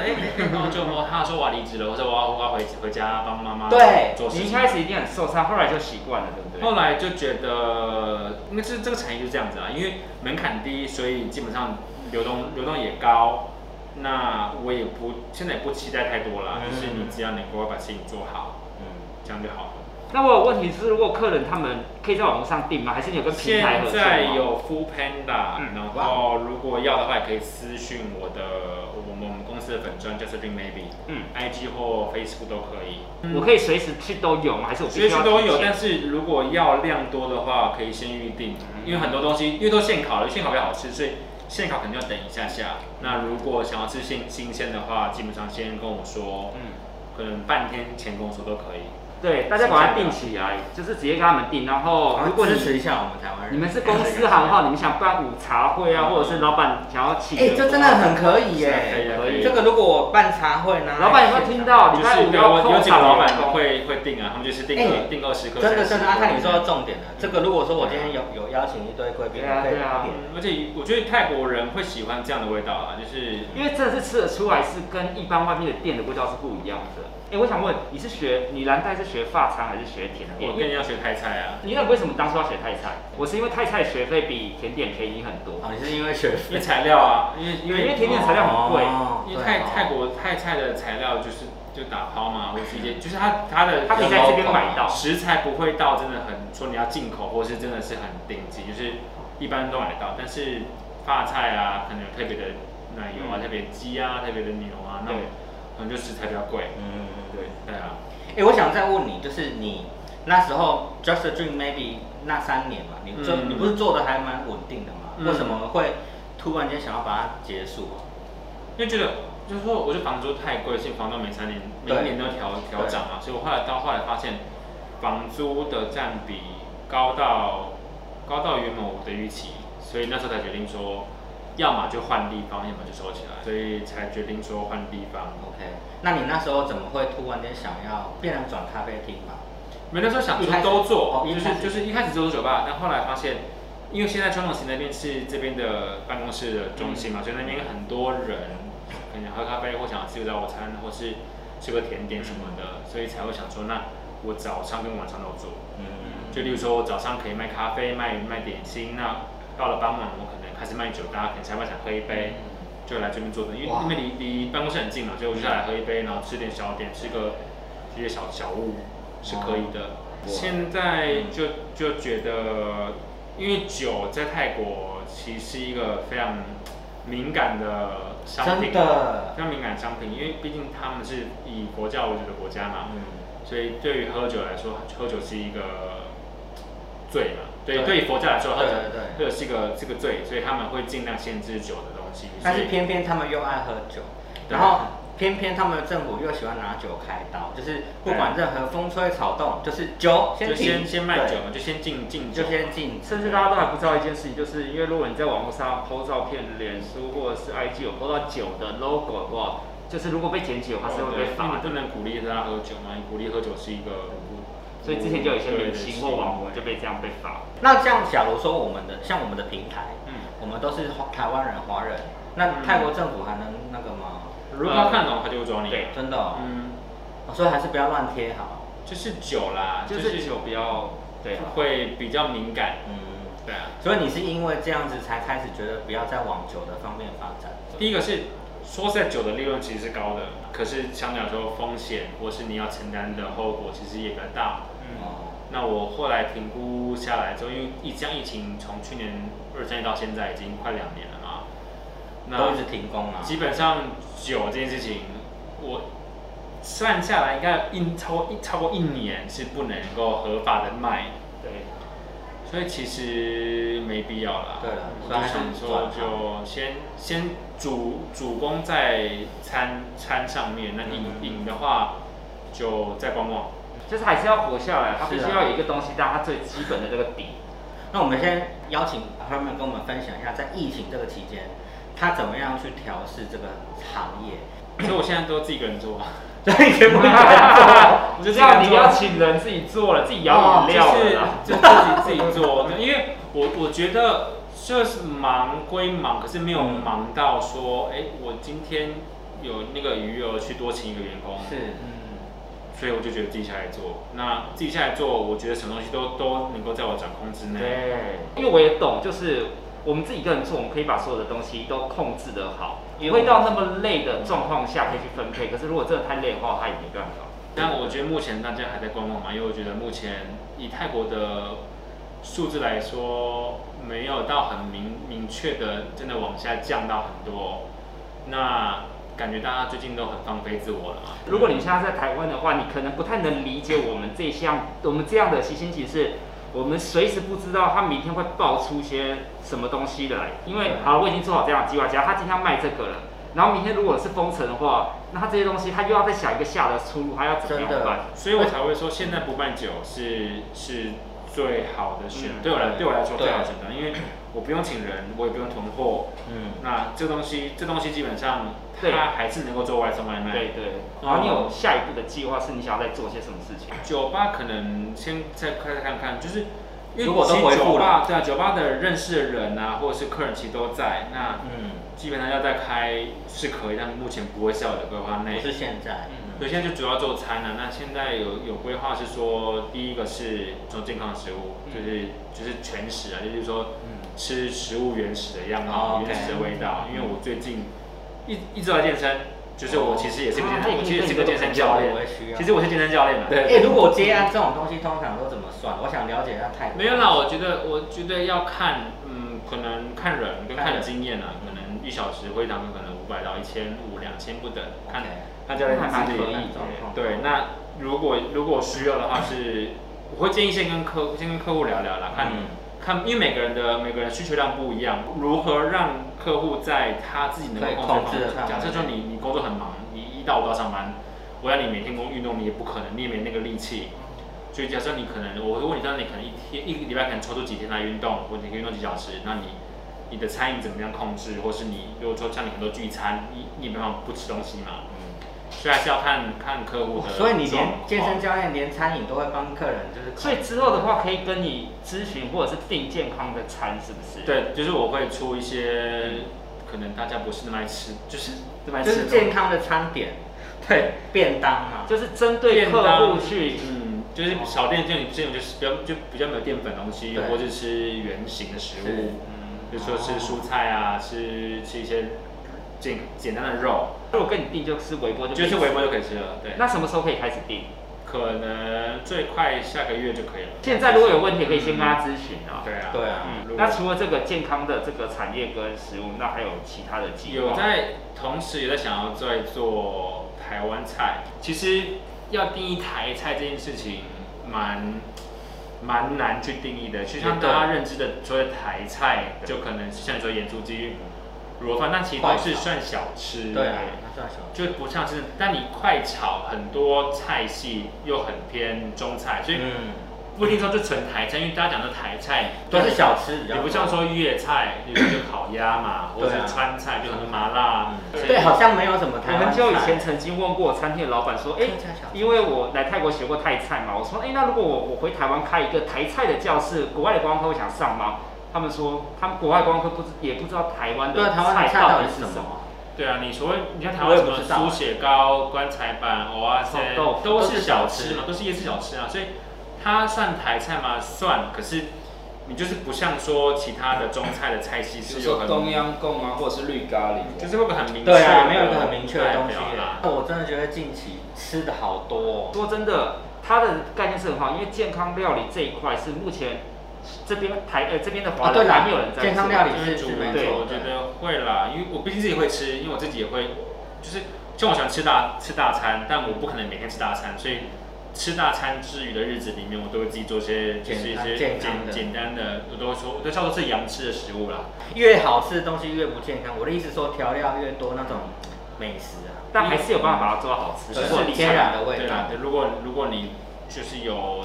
Speaker 3: 哎，然后就摸他说我要离职了，我说我要我要回回家帮妈妈
Speaker 2: 对
Speaker 3: 做事
Speaker 4: 你一
Speaker 3: 情。
Speaker 4: 开始一定很受伤，后来就习惯了，对不对？
Speaker 3: 后来就觉得，因为这这个产业就是这样子啊，因为门槛低，所以基本上流动流动也高。那我也不现在也不期待太多了，
Speaker 2: 嗯
Speaker 3: 就是你只要能够把事情做好，
Speaker 2: 嗯，
Speaker 3: 这样就好了。
Speaker 4: 那我有问题是，如果客人他们可以在网络上订吗？还是你有跟平台合
Speaker 3: 现
Speaker 4: 作
Speaker 3: 在
Speaker 4: 吗？
Speaker 3: 有 Full Panda，、
Speaker 4: 嗯
Speaker 3: 然后如果要的话，也可以私讯我的我们我们公司的粉砖叫 Spring Maybe，IG
Speaker 4: 嗯，
Speaker 3: 或 Facebook 都嗯可以。嗯
Speaker 4: 我可以随时去都有吗？还是我必须
Speaker 3: 随
Speaker 4: 要
Speaker 3: 时都有，
Speaker 4: 提前
Speaker 3: 但是如果要量多的话，可以先预定，因为很多东西因为都现烤了，现烤比较好吃，所以现烤肯定要等一下下。嗯那如果想要吃新新鲜的话，基本上先跟我说，
Speaker 4: 嗯，
Speaker 3: 可能半天前跟我说都可以。
Speaker 4: 对，大家把它定起来，就是直接跟他们订。然后
Speaker 2: 好
Speaker 4: 如果
Speaker 2: 支
Speaker 4: 你
Speaker 2: 持一下我们台湾人。
Speaker 4: 嗯你们是公司行号，你们想办午茶会啊，
Speaker 3: 嗯
Speaker 4: 或者是老板想要请，
Speaker 2: 哎哎、这真的很可以耶、
Speaker 3: 是啊可以啊
Speaker 4: 可以对
Speaker 2: 这个如果我办茶会呢，
Speaker 4: 老板有没有听到？礼
Speaker 3: 就
Speaker 4: 拜
Speaker 3: 是
Speaker 4: 五
Speaker 3: 对
Speaker 4: 要
Speaker 3: 我有
Speaker 4: 扣
Speaker 3: 几个
Speaker 4: 打
Speaker 3: 老
Speaker 4: 老
Speaker 3: 板
Speaker 4: 板会，
Speaker 3: 会会定啊，他们就是定
Speaker 2: 哎
Speaker 3: 个定二十颗，
Speaker 2: 真的真的，阿看你说到
Speaker 3: 说，
Speaker 2: 重点了。啊这个如果说我今天有有邀请一堆贵宾，
Speaker 4: 对啊
Speaker 2: 我可以
Speaker 4: 对啊
Speaker 2: 点
Speaker 3: 嗯而且我觉得泰国人会喜欢这样的味道啊，就是
Speaker 4: 因为真的是吃得出来是跟一般外面的店的味道是不一样的。哎，我想问，你是学你蓝带是学法餐还是学甜
Speaker 3: 我跟
Speaker 4: 点？
Speaker 3: 你要学泰菜啊，
Speaker 4: 你那为什么当初要学泰菜？我是因为泰菜学费比甜点便宜很多
Speaker 2: 哦，，你是因为学
Speaker 3: 因为材料啊，因为因
Speaker 4: 因
Speaker 3: 为
Speaker 4: 为甜点材料很贵，
Speaker 2: 哦
Speaker 3: 因为
Speaker 2: 对
Speaker 3: 泰
Speaker 2: 哦
Speaker 3: 泰国泰菜的材料就是就打抛嘛，或是一些就是它它的
Speaker 4: 啊它可以在这边买到
Speaker 3: 食材不会到真的很说你要进口或是真的是很顶级，就是一般都买得到，但是发菜啊，可能有特别的奶油啊、
Speaker 4: 嗯
Speaker 3: 特别鸡啊、特别的牛啊，那种
Speaker 4: 对
Speaker 3: 可能就食材比较贵。
Speaker 2: 嗯，
Speaker 3: 对对啊，
Speaker 2: 哎、我想再问你，就是你那时候 Just a Dream Maybe 那三年嘛，你做、
Speaker 3: 嗯
Speaker 2: 你不是做的还蛮稳定的嘛？
Speaker 3: 嗯
Speaker 2: 为什么会突然间想要把它结束啊？
Speaker 3: 因为觉得就是说，我觉得房租太贵，所以房东每三年每
Speaker 2: 对
Speaker 3: 一年都调调涨嘛，所以我后来到后来发现，房租的占比高到高到原本我的预期，所以那时候才决定说，要么就换地方，要么就收起来，所以才决定说换地方。
Speaker 2: OK，那你那时候怎么会突然间想要变成转咖啡厅嘛？
Speaker 3: 没那时候想
Speaker 2: 一开始
Speaker 3: 说都
Speaker 2: 哦
Speaker 3: 做，
Speaker 2: 一
Speaker 3: 就
Speaker 2: 开
Speaker 3: 是
Speaker 2: 始
Speaker 3: 就是一开始只做酒吧，但后来发现，因为现在传统型那边是这边的办公室的中心嘛，
Speaker 2: 嗯
Speaker 3: 所以那边很多人可能喝咖啡或想要吃个早餐或是吃个甜点什么的，所以才会想说，那我早上跟晚上都做。
Speaker 2: 嗯，
Speaker 3: 就例如说，我早上可以卖咖啡、卖卖点心，那到了傍晚我可能开始卖酒，大家可能下班想喝一杯，就哎来这边坐着，因为
Speaker 2: 哇
Speaker 3: 因为离离办公室很近嘛，所以我就下来喝一杯，然后吃点小点，吃个一些小小物是可以的。现在就就觉得，因为酒在泰国其实是一个非常敏感的商品，
Speaker 2: 真的
Speaker 3: 非常敏感的商品，因为毕竟他们是以佛教为主的国家嘛，
Speaker 2: 嗯，
Speaker 3: 所以对于喝酒来说，喝酒是一个罪嘛。对，
Speaker 2: 对
Speaker 3: 对于佛教来说，喝酒
Speaker 2: 对对对
Speaker 3: 喝酒是一个是个罪，所以他们会尽量限制酒的东西。
Speaker 2: 但是
Speaker 3: 所以
Speaker 2: 偏偏他们又爱喝酒，
Speaker 3: 对
Speaker 2: 然后偏偏他们政府又喜欢拿酒开刀，就是不管任何风吹草动，就是酒先
Speaker 3: 就先
Speaker 2: 停
Speaker 3: 先卖酒
Speaker 2: 对
Speaker 3: 嘛，就先禁禁酒
Speaker 2: 就
Speaker 3: 嘛。
Speaker 2: 先禁止，
Speaker 4: 甚至大家都还不知道一件事情，就是因为如果你在网络上 PO 照片、脸书或者是 IG 有 PO 到酒的 logo 的话，就是如果被检举的话是会被
Speaker 3: 对因为
Speaker 4: 罚
Speaker 3: 你不
Speaker 4: 的。
Speaker 3: 能鼓励大家喝酒嘛，你鼓励喝酒是一个不。
Speaker 4: 所以之前就有一些明星或网红
Speaker 3: 对
Speaker 4: 就被这样被罚。
Speaker 2: 那这样，假如说我们的像我们的平台，
Speaker 3: 嗯，
Speaker 2: 我们都是华台湾人、华人，那
Speaker 3: 嗯
Speaker 2: 泰国政府还能那个吗？
Speaker 3: 如果他看懂，他就会抓你。
Speaker 4: 呃对
Speaker 2: 真的哦、
Speaker 3: 嗯，
Speaker 2: 哦所以还是不要乱贴好。
Speaker 3: 就是酒啦，
Speaker 4: 就是酒不要对啊，
Speaker 3: 会比较敏感。
Speaker 2: 嗯，
Speaker 3: 对啊。
Speaker 2: 所以你是因为这样子才开始觉得不要再往酒的方面发展。
Speaker 3: 第一个是说实在酒的利润其实是高的，可是相对来说风险或是你要承担的后果其实也比较大。
Speaker 4: 嗯，
Speaker 2: 哦，
Speaker 3: 那我后来评估下来之后，因为疫这样疫情从去年二三到现在已经快两年了嘛，
Speaker 2: 都一直
Speaker 3: 那
Speaker 2: 停工啊。
Speaker 3: 基本上酒这件事情，我算下来应该一超过一超过一年是不能够合法的卖，
Speaker 4: 对。
Speaker 3: 所以其实没必要啦。
Speaker 2: 对了
Speaker 3: 我
Speaker 2: 所以还
Speaker 3: 就
Speaker 2: 是啊
Speaker 3: 想说
Speaker 2: 转
Speaker 3: 就先先主主攻在餐餐上面，那饮
Speaker 2: 嗯
Speaker 3: 饮的话就再观望。
Speaker 4: 就是还是要活下来，他必
Speaker 2: 是
Speaker 4: 须
Speaker 2: 啊
Speaker 4: 要有一个东西当他最基本的这个 底。
Speaker 2: 那我们先邀请 Herman 跟我们分享一下，在疫情这个期间，他怎么样去调试这个行业。
Speaker 3: 所以我现在都自己一个人做啊，
Speaker 2: 所以全部
Speaker 3: 我
Speaker 4: 就
Speaker 3: 就
Speaker 4: 这
Speaker 3: 这样
Speaker 4: 样，你
Speaker 3: 做
Speaker 4: 要请人自己做了，自己摇饮料了啦。
Speaker 3: 哦就是就自己自己做，因为我我觉得就是忙归忙，可是没有
Speaker 2: 嗯
Speaker 3: 忙到说，哎、我今天有那个余额去多请一个员工，
Speaker 2: 是，
Speaker 4: 嗯，
Speaker 3: 所以我就觉得自己下来做。那自己下来做，我觉得什么东西都都能够在我掌控之内。
Speaker 4: 对，因为我也懂，就是我们自己一个人做，我们可以把所有的东西都控制得好，
Speaker 2: 因为
Speaker 4: 不会到那么累的状况下可以去分配。可是如果真的太累的话，他也没办法。
Speaker 3: 但我觉得目前大家还在观望嘛，因为我觉得目前以泰国的数字来说，没有到很明明确的真的往下降到很多。那感觉大家最近都很放飞自我了嘛。
Speaker 4: 如果你现在在台湾的话，你可能不太能理解我们这项我们这样的习性，其实是我们随时不知道他明天会爆出些什么东西来。因为好，我已经做好这样的计划，假如他今天卖这个了，然后明天如果是封城的话，那他这些东西他又要再想一个下的出路，他要怎么样
Speaker 2: 真的
Speaker 4: 办？
Speaker 3: 所以我才会说，现在不办酒是是最好的选，
Speaker 4: 嗯
Speaker 3: 对我来对我来说
Speaker 2: 对
Speaker 3: 最好的选择，因为我不用请人，我也不用囤货，
Speaker 2: 嗯，
Speaker 3: 那这东西这东西基本上
Speaker 4: 对
Speaker 3: 它还是能够做外送外卖。
Speaker 4: 对对，然后你有下一步的计划是你想要再做些什么事情？
Speaker 3: 酒吧可能先再看看看，就是因为
Speaker 2: 如果都
Speaker 3: 其实
Speaker 2: 回复了
Speaker 3: 酒吧对啊，酒吧的认识的人啊，或者是客人其实都在，那
Speaker 2: 嗯，
Speaker 3: 基本上要再开是可以，但目前不会在我的规划内
Speaker 2: 不。是现在，嗯
Speaker 3: 对，现在就主要做餐了、啊那现在有有规划是说，第一个是做健康食物，
Speaker 4: 嗯
Speaker 3: 就是就是全食啊，就是说
Speaker 2: 嗯
Speaker 3: 吃食物原始的样
Speaker 2: 哦
Speaker 3: 貌、
Speaker 2: ，OK
Speaker 3: 原始的味道。因为我最近一一直在健身，就是我其实也是个
Speaker 2: 啊
Speaker 3: 健
Speaker 4: 哦
Speaker 3: 身，我其实是个健身
Speaker 2: 我
Speaker 3: 教练
Speaker 2: 也，会需要
Speaker 3: 其。实我是健身教练啊的。
Speaker 2: 哎、如果接案这种东西通常都怎么算？我想了解一下泰国。
Speaker 3: 没有啦，我觉得我觉得要看，嗯，可能看人跟
Speaker 2: 看
Speaker 3: 看
Speaker 2: 人
Speaker 3: 经验啊，可能一小时会堂可能五百到一千五、两千不等，看
Speaker 2: OK
Speaker 3: 看教练
Speaker 4: 那还
Speaker 3: 自己
Speaker 4: 可以
Speaker 2: 状况
Speaker 3: 对，那如果如果需要的话是，我会建议先跟客先跟客户聊聊啦，看、
Speaker 2: 嗯
Speaker 3: 看，因为每个人的每个人需求量不一样，如何让客户在他自己能
Speaker 2: 可以
Speaker 3: 够
Speaker 2: 控制
Speaker 3: 制
Speaker 2: 的
Speaker 3: 的
Speaker 2: 范
Speaker 3: 范
Speaker 2: 围
Speaker 3: 围假设说你你工作很忙，你一到五都要上班，我要你每天工运动，你也不可能，你也没那个力气。所以假设你可能，我会问你，那你可能一天一个礼拜可能抽出几天来运动，或者你可以运动几小时，那你你的餐饮怎么样控制，或是你如果说像你很多聚餐，你你也没办法不吃东西嘛，所以还是要看看客户
Speaker 2: 哦
Speaker 3: 的。
Speaker 2: 所以你连健身，教练连餐饮都会帮客人，就是
Speaker 4: 所以之后的话可以跟你咨询或者是订健康的餐，是不是？，
Speaker 3: 对，就是我会出一些可能大家不是那么爱吃，就是那么爱
Speaker 2: 就
Speaker 3: 吃
Speaker 2: 是
Speaker 3: 的
Speaker 2: 健康的餐点，对，便当嘛。
Speaker 4: 就是针对客户去，
Speaker 3: 嗯，就是小店这种这种就是比较就比较没有淀粉的东西，
Speaker 2: 对哦
Speaker 3: 或者吃圆形的食物，
Speaker 4: 嗯，
Speaker 3: 比如说吃蔬菜啊，吃吃一些简简单的肉，
Speaker 4: 如果跟你订就是微波就可
Speaker 3: 就
Speaker 4: 以
Speaker 3: 是微波就可以吃了。对，
Speaker 4: 那什么时候可以开始订？
Speaker 3: 可能最快下个月就可以了。
Speaker 4: 现在如果有问题可以先跟他咨询啊。
Speaker 3: 对啊，
Speaker 2: 对啊
Speaker 4: 嗯
Speaker 3: 如，果
Speaker 4: 那除了这个健康的这个产业跟食物，那还有其他的计
Speaker 2: 啊
Speaker 4: 划？
Speaker 3: 有在同时也在想要在做台湾菜。其实要定义台菜这件事情，蛮蛮难去定义的。就像
Speaker 2: 对
Speaker 3: 大家认知的所谓的台菜，就可能像你说盐酥鸡、卤肉饭，那其实都是算小吃。
Speaker 2: 对啊，那算什么？
Speaker 3: 就不像是，但你快炒很多菜系又很偏中菜，所以
Speaker 2: 嗯，
Speaker 3: 不一定说就纯台菜，因为大家讲的台菜
Speaker 2: 都是小吃比较
Speaker 3: 也
Speaker 2: 多。
Speaker 3: 不像说 粤菜，比如就烤鸭嘛，或者
Speaker 2: 对啊
Speaker 3: 是川菜，就很多麻辣。所以
Speaker 2: 对，啊好像没有什么台
Speaker 4: 我
Speaker 2: 湾
Speaker 4: 很
Speaker 2: 菜。
Speaker 4: 久以前曾经问过餐厅的老板说，哎、
Speaker 2: 客家小吃
Speaker 4: 因为我来泰国学过泰菜嘛，我说，哎、那如果我我回台湾开一个台菜的教室，国外的观光客会想上吗？他们说，他们国外观光客不知也不知道台湾
Speaker 2: 对啊
Speaker 4: 的
Speaker 2: 台湾的菜
Speaker 4: 到
Speaker 2: 到底
Speaker 4: 底
Speaker 2: 是
Speaker 4: 是
Speaker 2: 什么
Speaker 4: 什么。
Speaker 3: 对啊，你所谓你看台
Speaker 2: 我
Speaker 3: 湾
Speaker 2: 也
Speaker 3: 什
Speaker 2: 不
Speaker 3: 么
Speaker 2: 知道啊哦
Speaker 3: 猪血糕、棺材板、蚵仔煎
Speaker 4: 臭豆腐，
Speaker 3: 都
Speaker 2: 都
Speaker 3: 是
Speaker 2: 是小
Speaker 3: 小吃
Speaker 2: 吃
Speaker 3: 嘛，都是夜市小吃啊，所以它算台菜吗？算，可是你就是不像说其他的中菜的菜系
Speaker 5: 比如
Speaker 3: 是有
Speaker 5: 说
Speaker 3: 很，
Speaker 5: 东央贡啊，或者是绿咖喱，
Speaker 3: 就是会不会很明确的
Speaker 2: 对啊，没有一个很明确的东西
Speaker 3: 代表啦。。
Speaker 2: 我真的觉得近期吃的好多、哦。
Speaker 4: 说真的，它的概念是很好，因为健康料理这一块是目前这边台呃这边的华
Speaker 2: 啊对
Speaker 4: 人
Speaker 2: 啦
Speaker 4: 还没有人在做、
Speaker 2: 健康料理
Speaker 3: 就是煮，
Speaker 2: 没
Speaker 3: 对，
Speaker 2: 错
Speaker 3: 我觉得会啦，因为我毕竟自己会吃，因为我自己也会，就是像我喜欢吃大吃大餐，但我不可能每天吃大餐，所以吃大餐之余的日子里面，我都会自己做些
Speaker 2: 简
Speaker 3: 吃一
Speaker 2: 单
Speaker 3: 些
Speaker 2: 健
Speaker 3: 简
Speaker 2: 康的
Speaker 3: 简单的，我都会说，我都叫做是洋吃的食物啦。
Speaker 2: 越好吃的东西越不健康。我的意思说，调料越多那种美食啊，
Speaker 4: 但还是有办法把它做到好吃。
Speaker 2: 对
Speaker 4: 如
Speaker 2: 是
Speaker 4: 果你
Speaker 2: 天然的味
Speaker 3: 对
Speaker 2: 道
Speaker 3: 啦，。对如果如果你就是有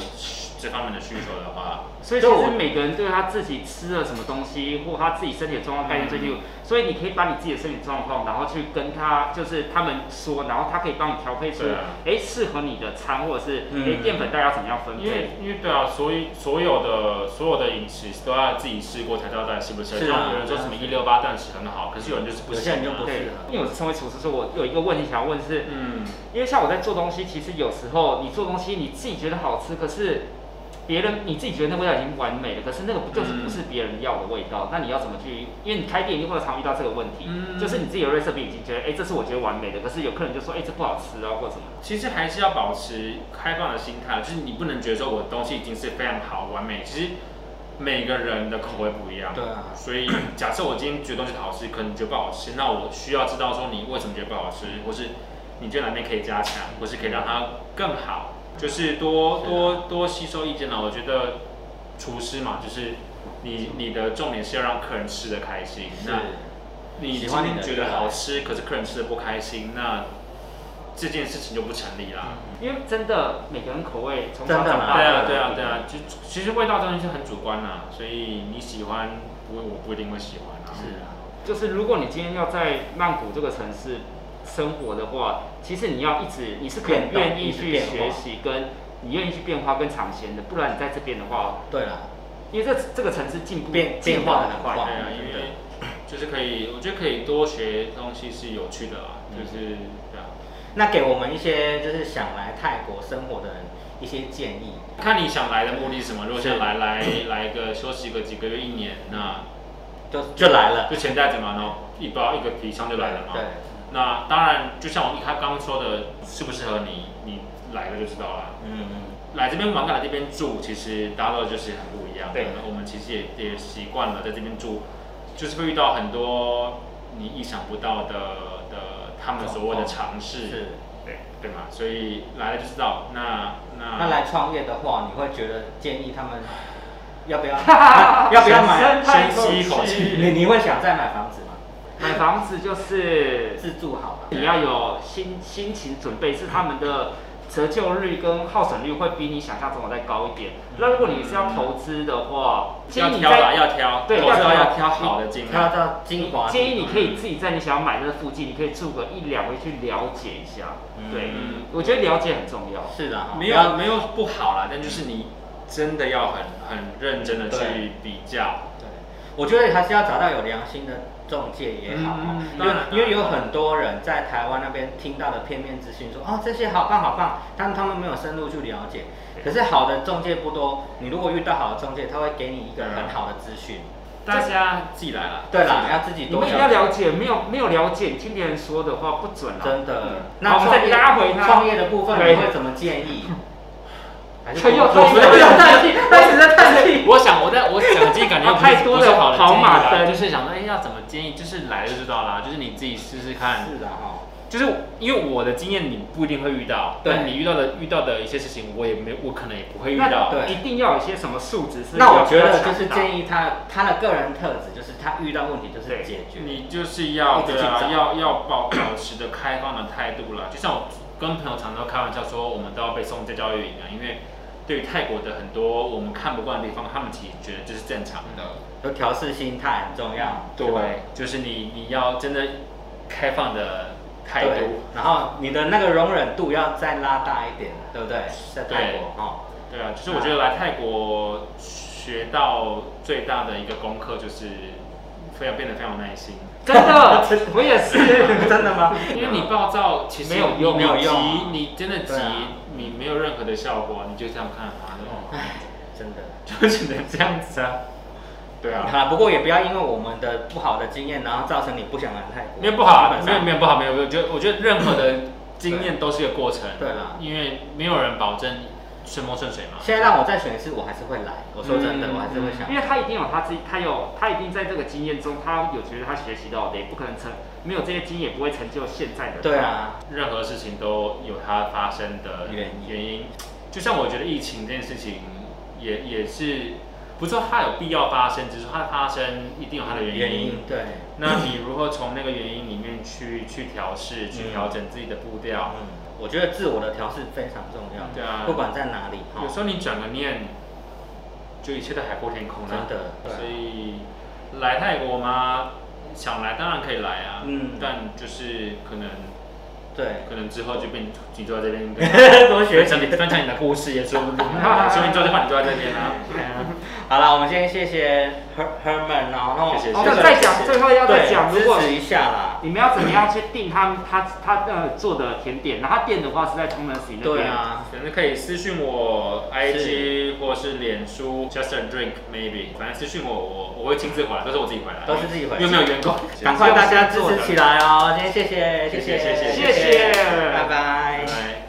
Speaker 3: 这方面的需求的话，
Speaker 4: 所以其实每个人对他自己吃了什么东西，或他自己身体的状况概念最清楚。所以你可以把你自己的身体状况，然后去跟他就是他们说，然后他可以帮你调配出
Speaker 3: 对啊，
Speaker 4: 哎、适、合你的餐，或者是
Speaker 2: 嗯
Speaker 4: 哎淀、粉大家怎么样分
Speaker 3: 因为
Speaker 4: 配。
Speaker 3: 因为对啊，所以所有的所有的饮食都要自己试过才知道到底适不适合。
Speaker 2: 是啊
Speaker 3: 像有人说什么一六八断食很好，可是有人就是不
Speaker 2: 有
Speaker 3: 行、啊。
Speaker 2: 些人就不
Speaker 4: 对
Speaker 2: 适合，
Speaker 4: 因为我是身为厨师，所以我有一个问题想要问是，
Speaker 3: 嗯，
Speaker 4: 因为像我在做东西，其实有时候你做东西你自己觉得好吃，可是别人你自己觉得那味道已经完美了，可是那个不就是
Speaker 3: 嗯
Speaker 4: 不是别人要的味道？那你要怎么去？因为你开店一定会常遇到这个问题，
Speaker 3: 嗯
Speaker 4: 就是你自己的 recipe 已经觉得，哎、这是我觉得完美的，可是有客人就说，哎、这不好吃啊，或什么。
Speaker 3: 其实还是要保持开放的心态，就是你不能觉得说我的东西已经是非常好完美。其实每个人的口味不一样，
Speaker 2: 对啊
Speaker 3: 所以假设我今天觉得东西好吃，可能你觉得不好吃，那我需要知道说你为什么觉得不好吃，或是你觉得哪边可以加强，或是可以让它更好，
Speaker 2: 嗯
Speaker 3: 就是多多多吸收意见啦。我觉得厨师嘛，就是你你的重点是要让客人吃的开心。那
Speaker 2: 是
Speaker 3: 你
Speaker 2: 喜
Speaker 3: 今
Speaker 2: 欢你
Speaker 3: 天
Speaker 2: 的
Speaker 3: 觉
Speaker 2: 料
Speaker 3: 得
Speaker 2: 理
Speaker 3: 好吃，可是客人吃的不开心，那这件事情就不成立啦。
Speaker 4: 因为真的每个人口味从
Speaker 2: 真
Speaker 4: 小
Speaker 2: 的
Speaker 4: 长
Speaker 2: 嘛
Speaker 4: 大
Speaker 3: 对啊，
Speaker 4: 都
Speaker 3: 对啊，
Speaker 4: 不一
Speaker 3: 对
Speaker 4: 样
Speaker 3: 啊，就其实味道真的是很主观啦，所以你喜欢，不，我不一定会喜欢啊。
Speaker 2: 是啊，
Speaker 4: 就是如果你今天要在曼谷这个城市生活的话，其实你要一直你是可以
Speaker 2: 变动
Speaker 4: 愿意
Speaker 2: 一直
Speaker 4: 去
Speaker 2: 变化
Speaker 4: 学习，跟你愿意去变化跟尝鲜的，不然你在这边的话，
Speaker 2: 对啊啦，
Speaker 4: 因为这这个城市进步
Speaker 2: 变
Speaker 4: 进
Speaker 2: 变化
Speaker 4: 化
Speaker 2: 得
Speaker 4: 很
Speaker 2: 很
Speaker 4: 快，
Speaker 2: 快
Speaker 3: 对啊，因为就是可以，我觉得可以多学东西是有趣的啦，就是对啊。
Speaker 2: 那给我们一些就是想来泰国生活的人一些建议。
Speaker 3: 看你想来的目的是什么，如果
Speaker 2: 是
Speaker 3: 想来来来个休息个几个月一年，那
Speaker 2: 就就来了，
Speaker 3: 就钱袋子嘛，然后一包一个皮箱就来了嘛。
Speaker 2: 对，
Speaker 3: 那当然，就像我一开刚刚说的，适不适合你，你来了就知道了。
Speaker 2: 嗯，
Speaker 3: 来这边玩跟来这边住，其实大家都就是很不一样。
Speaker 4: 对
Speaker 3: 我们我们其实也也习惯了在这边住，就是会遇到很多你意想不到的的他们所谓的尝
Speaker 2: 嗯是
Speaker 3: 试，。对对嘛？所以来了就知道。那那
Speaker 2: 那来创业的话，你会觉得建议他们要不要 啊 要不要买？
Speaker 3: 先吸一口气
Speaker 2: 你你会想再买房子吗？
Speaker 4: 买房子就是
Speaker 2: 自住好了。
Speaker 4: 你要有心心情准备，是他们的折旧率跟耗损率会比你想象中的再高一点。
Speaker 2: 嗯
Speaker 4: 那如果你是要投资的话，建
Speaker 3: 要
Speaker 4: 议你
Speaker 3: 挑啦，
Speaker 4: 在
Speaker 3: 要挑，
Speaker 4: 对
Speaker 3: 我知道
Speaker 4: 要挑
Speaker 3: 要挑好的进
Speaker 2: 他要
Speaker 3: 来。
Speaker 2: 到精华地段。
Speaker 4: 建议你可以自己在你想要买的附近，你可以住个一两个月去了解一下。
Speaker 2: 嗯
Speaker 4: 对
Speaker 3: 嗯，
Speaker 4: 我觉得了解很重要。
Speaker 2: 是哦的哈，
Speaker 3: 没
Speaker 2: 不
Speaker 3: 有
Speaker 2: 要
Speaker 3: 没有啊不好啦，但就是你真的要很很认真的
Speaker 2: 对
Speaker 3: 去比较。
Speaker 2: 对，我觉得还是要找到有良心的中介也好哈
Speaker 3: 嗯嗯，
Speaker 2: 因
Speaker 3: 当
Speaker 2: 为
Speaker 3: 然当然
Speaker 2: 因为有很多人在台湾那边听到的片面资讯说，哦这些好棒好棒，但他们没有深入去了解。可是好的中介不多，你如果遇到好的中介，他会给你一个很好的资讯。
Speaker 3: 大家自己来啦。
Speaker 2: 对啦，要自己
Speaker 4: 你
Speaker 2: 多
Speaker 4: 们一定要了解，没有没有了解，你听别人说的话不准啊。
Speaker 2: 真的
Speaker 4: 嗯。
Speaker 2: 那
Speaker 4: 好我们
Speaker 2: 创
Speaker 4: 再
Speaker 2: 业
Speaker 4: 拉回它
Speaker 2: 创业的部分，
Speaker 4: 对
Speaker 2: 你会怎么建议？还是
Speaker 4: 又又
Speaker 2: 我
Speaker 4: 又又
Speaker 2: 叹气，他一直在叹气。
Speaker 6: 我想我在我想今天 感觉不是
Speaker 4: 太多
Speaker 6: 不
Speaker 4: 了
Speaker 6: 是好的建议啦
Speaker 4: 跑马灯
Speaker 6: 就是想说，哎、要怎么建议？就是来了就知道啦，就是你自己试试看。
Speaker 2: 是的啊哈，
Speaker 6: 就是因为我的经验，你不一定会遇到，
Speaker 2: 对
Speaker 6: 但你遇到的遇到的一些事情，我也没，我可能也不会遇
Speaker 4: 那
Speaker 6: 到。
Speaker 2: 对
Speaker 4: 一定要有一些什么素质是
Speaker 2: 那我
Speaker 4: 要
Speaker 2: 觉得
Speaker 4: 要
Speaker 2: 就是
Speaker 4: 强大
Speaker 2: 建议他他的个人特质，就是他遇到问题就是解决。
Speaker 3: 你就是
Speaker 2: 一
Speaker 3: 要
Speaker 2: 直
Speaker 3: 对
Speaker 2: 去找
Speaker 3: 啊，要要保保持着开放的态度啦。就像我跟朋友常常开玩笑说，我们都要被送在教育营啊，因为对于泰国的很多我们看不惯的地方，他们其实觉得就是正常的。
Speaker 2: 就调试心态很重要。是吧
Speaker 3: 对，就是你你要真的开放的态
Speaker 2: 对
Speaker 3: 度。
Speaker 2: 然后你的那个容忍度要再拉大一点，对不对？在泰国哈，
Speaker 3: 对啊，就是我觉得来泰国学到最大的一个功课就是非常变得非常有耐心。
Speaker 4: 真的， 我也是。
Speaker 2: 真的吗？
Speaker 3: 因为你暴躁，其实
Speaker 4: 没有用
Speaker 3: 你
Speaker 2: 啊没有
Speaker 3: 你急
Speaker 2: 用啊，
Speaker 3: 你真的急
Speaker 2: 对啊，
Speaker 3: 你没有任何的效果，你就这样看啊，
Speaker 2: 唉，真的。
Speaker 3: 就只能这样子啊。对啊，
Speaker 2: 好了，不过也不要因为我们的不好的经验，然后造成你不想来泰国。
Speaker 3: 没有不好啊，
Speaker 2: 基
Speaker 3: 没
Speaker 2: 本上
Speaker 3: 有没有不好，没有没有，就我觉得任何的经验都是一个过程。啊
Speaker 2: 对啦
Speaker 3: 因为没有人保证顺风顺水嘛。
Speaker 2: 现在让我再选一次，我还是会来。 我说真的，
Speaker 3: 嗯
Speaker 2: 我还是会想
Speaker 4: 因。为他一定有他自己，他有他一定在这个经验中，他有觉得他学习到的，也不可能成没有这些经验，也不会成就现在的。
Speaker 2: 对，啊，
Speaker 3: 任何事情都有它发生的
Speaker 2: 原因
Speaker 3: 原因。就像我觉得疫情这件事情也也是，不是说它有必要发生，只是它发生一定有它的
Speaker 2: 原因
Speaker 3: 嗯
Speaker 2: 对，
Speaker 3: 那你如何从那个原因里面去去调试、去调整自己的步调？
Speaker 2: 嗯，我觉得自我的调试非常重要。
Speaker 3: 对啊
Speaker 2: 不管在哪里哈
Speaker 3: 有，时候你转个念，就一切都海阔天空了。
Speaker 2: 真的对啊
Speaker 3: 所以来泰国吗？想来当然可以来啊，
Speaker 2: 嗯
Speaker 3: 但就是可能
Speaker 2: 对，啊
Speaker 3: 可能之后就变你坐在这 边
Speaker 2: 多学
Speaker 3: 分
Speaker 2: 习
Speaker 3: 享你分享你的故事也说不定，说不定之后就换嗯你坐在这边啊。
Speaker 2: 好了，我们今天谢谢 Her Herman，然后
Speaker 3: 谢谢
Speaker 4: 哦
Speaker 3: 谢
Speaker 4: 那
Speaker 3: 谢
Speaker 4: 再讲最后要再讲，
Speaker 2: 对
Speaker 4: 如果
Speaker 2: 支持一下啦，
Speaker 4: 你们要怎么样去定他们他他呃做的甜点，然后他店的话是在通仁寺那边。
Speaker 2: 对，啊，
Speaker 3: 可能可以私信我 IG 或是脸书 Just a Drink maybe，反正私信我，我我会亲自回来，都是我自己回来，
Speaker 2: 都是自己回来
Speaker 3: 又没有员工，
Speaker 2: 赶快大家支持起来哦，今天谢谢
Speaker 3: 谢谢谢谢
Speaker 4: 谢谢
Speaker 2: 拜拜
Speaker 3: 拜。拜。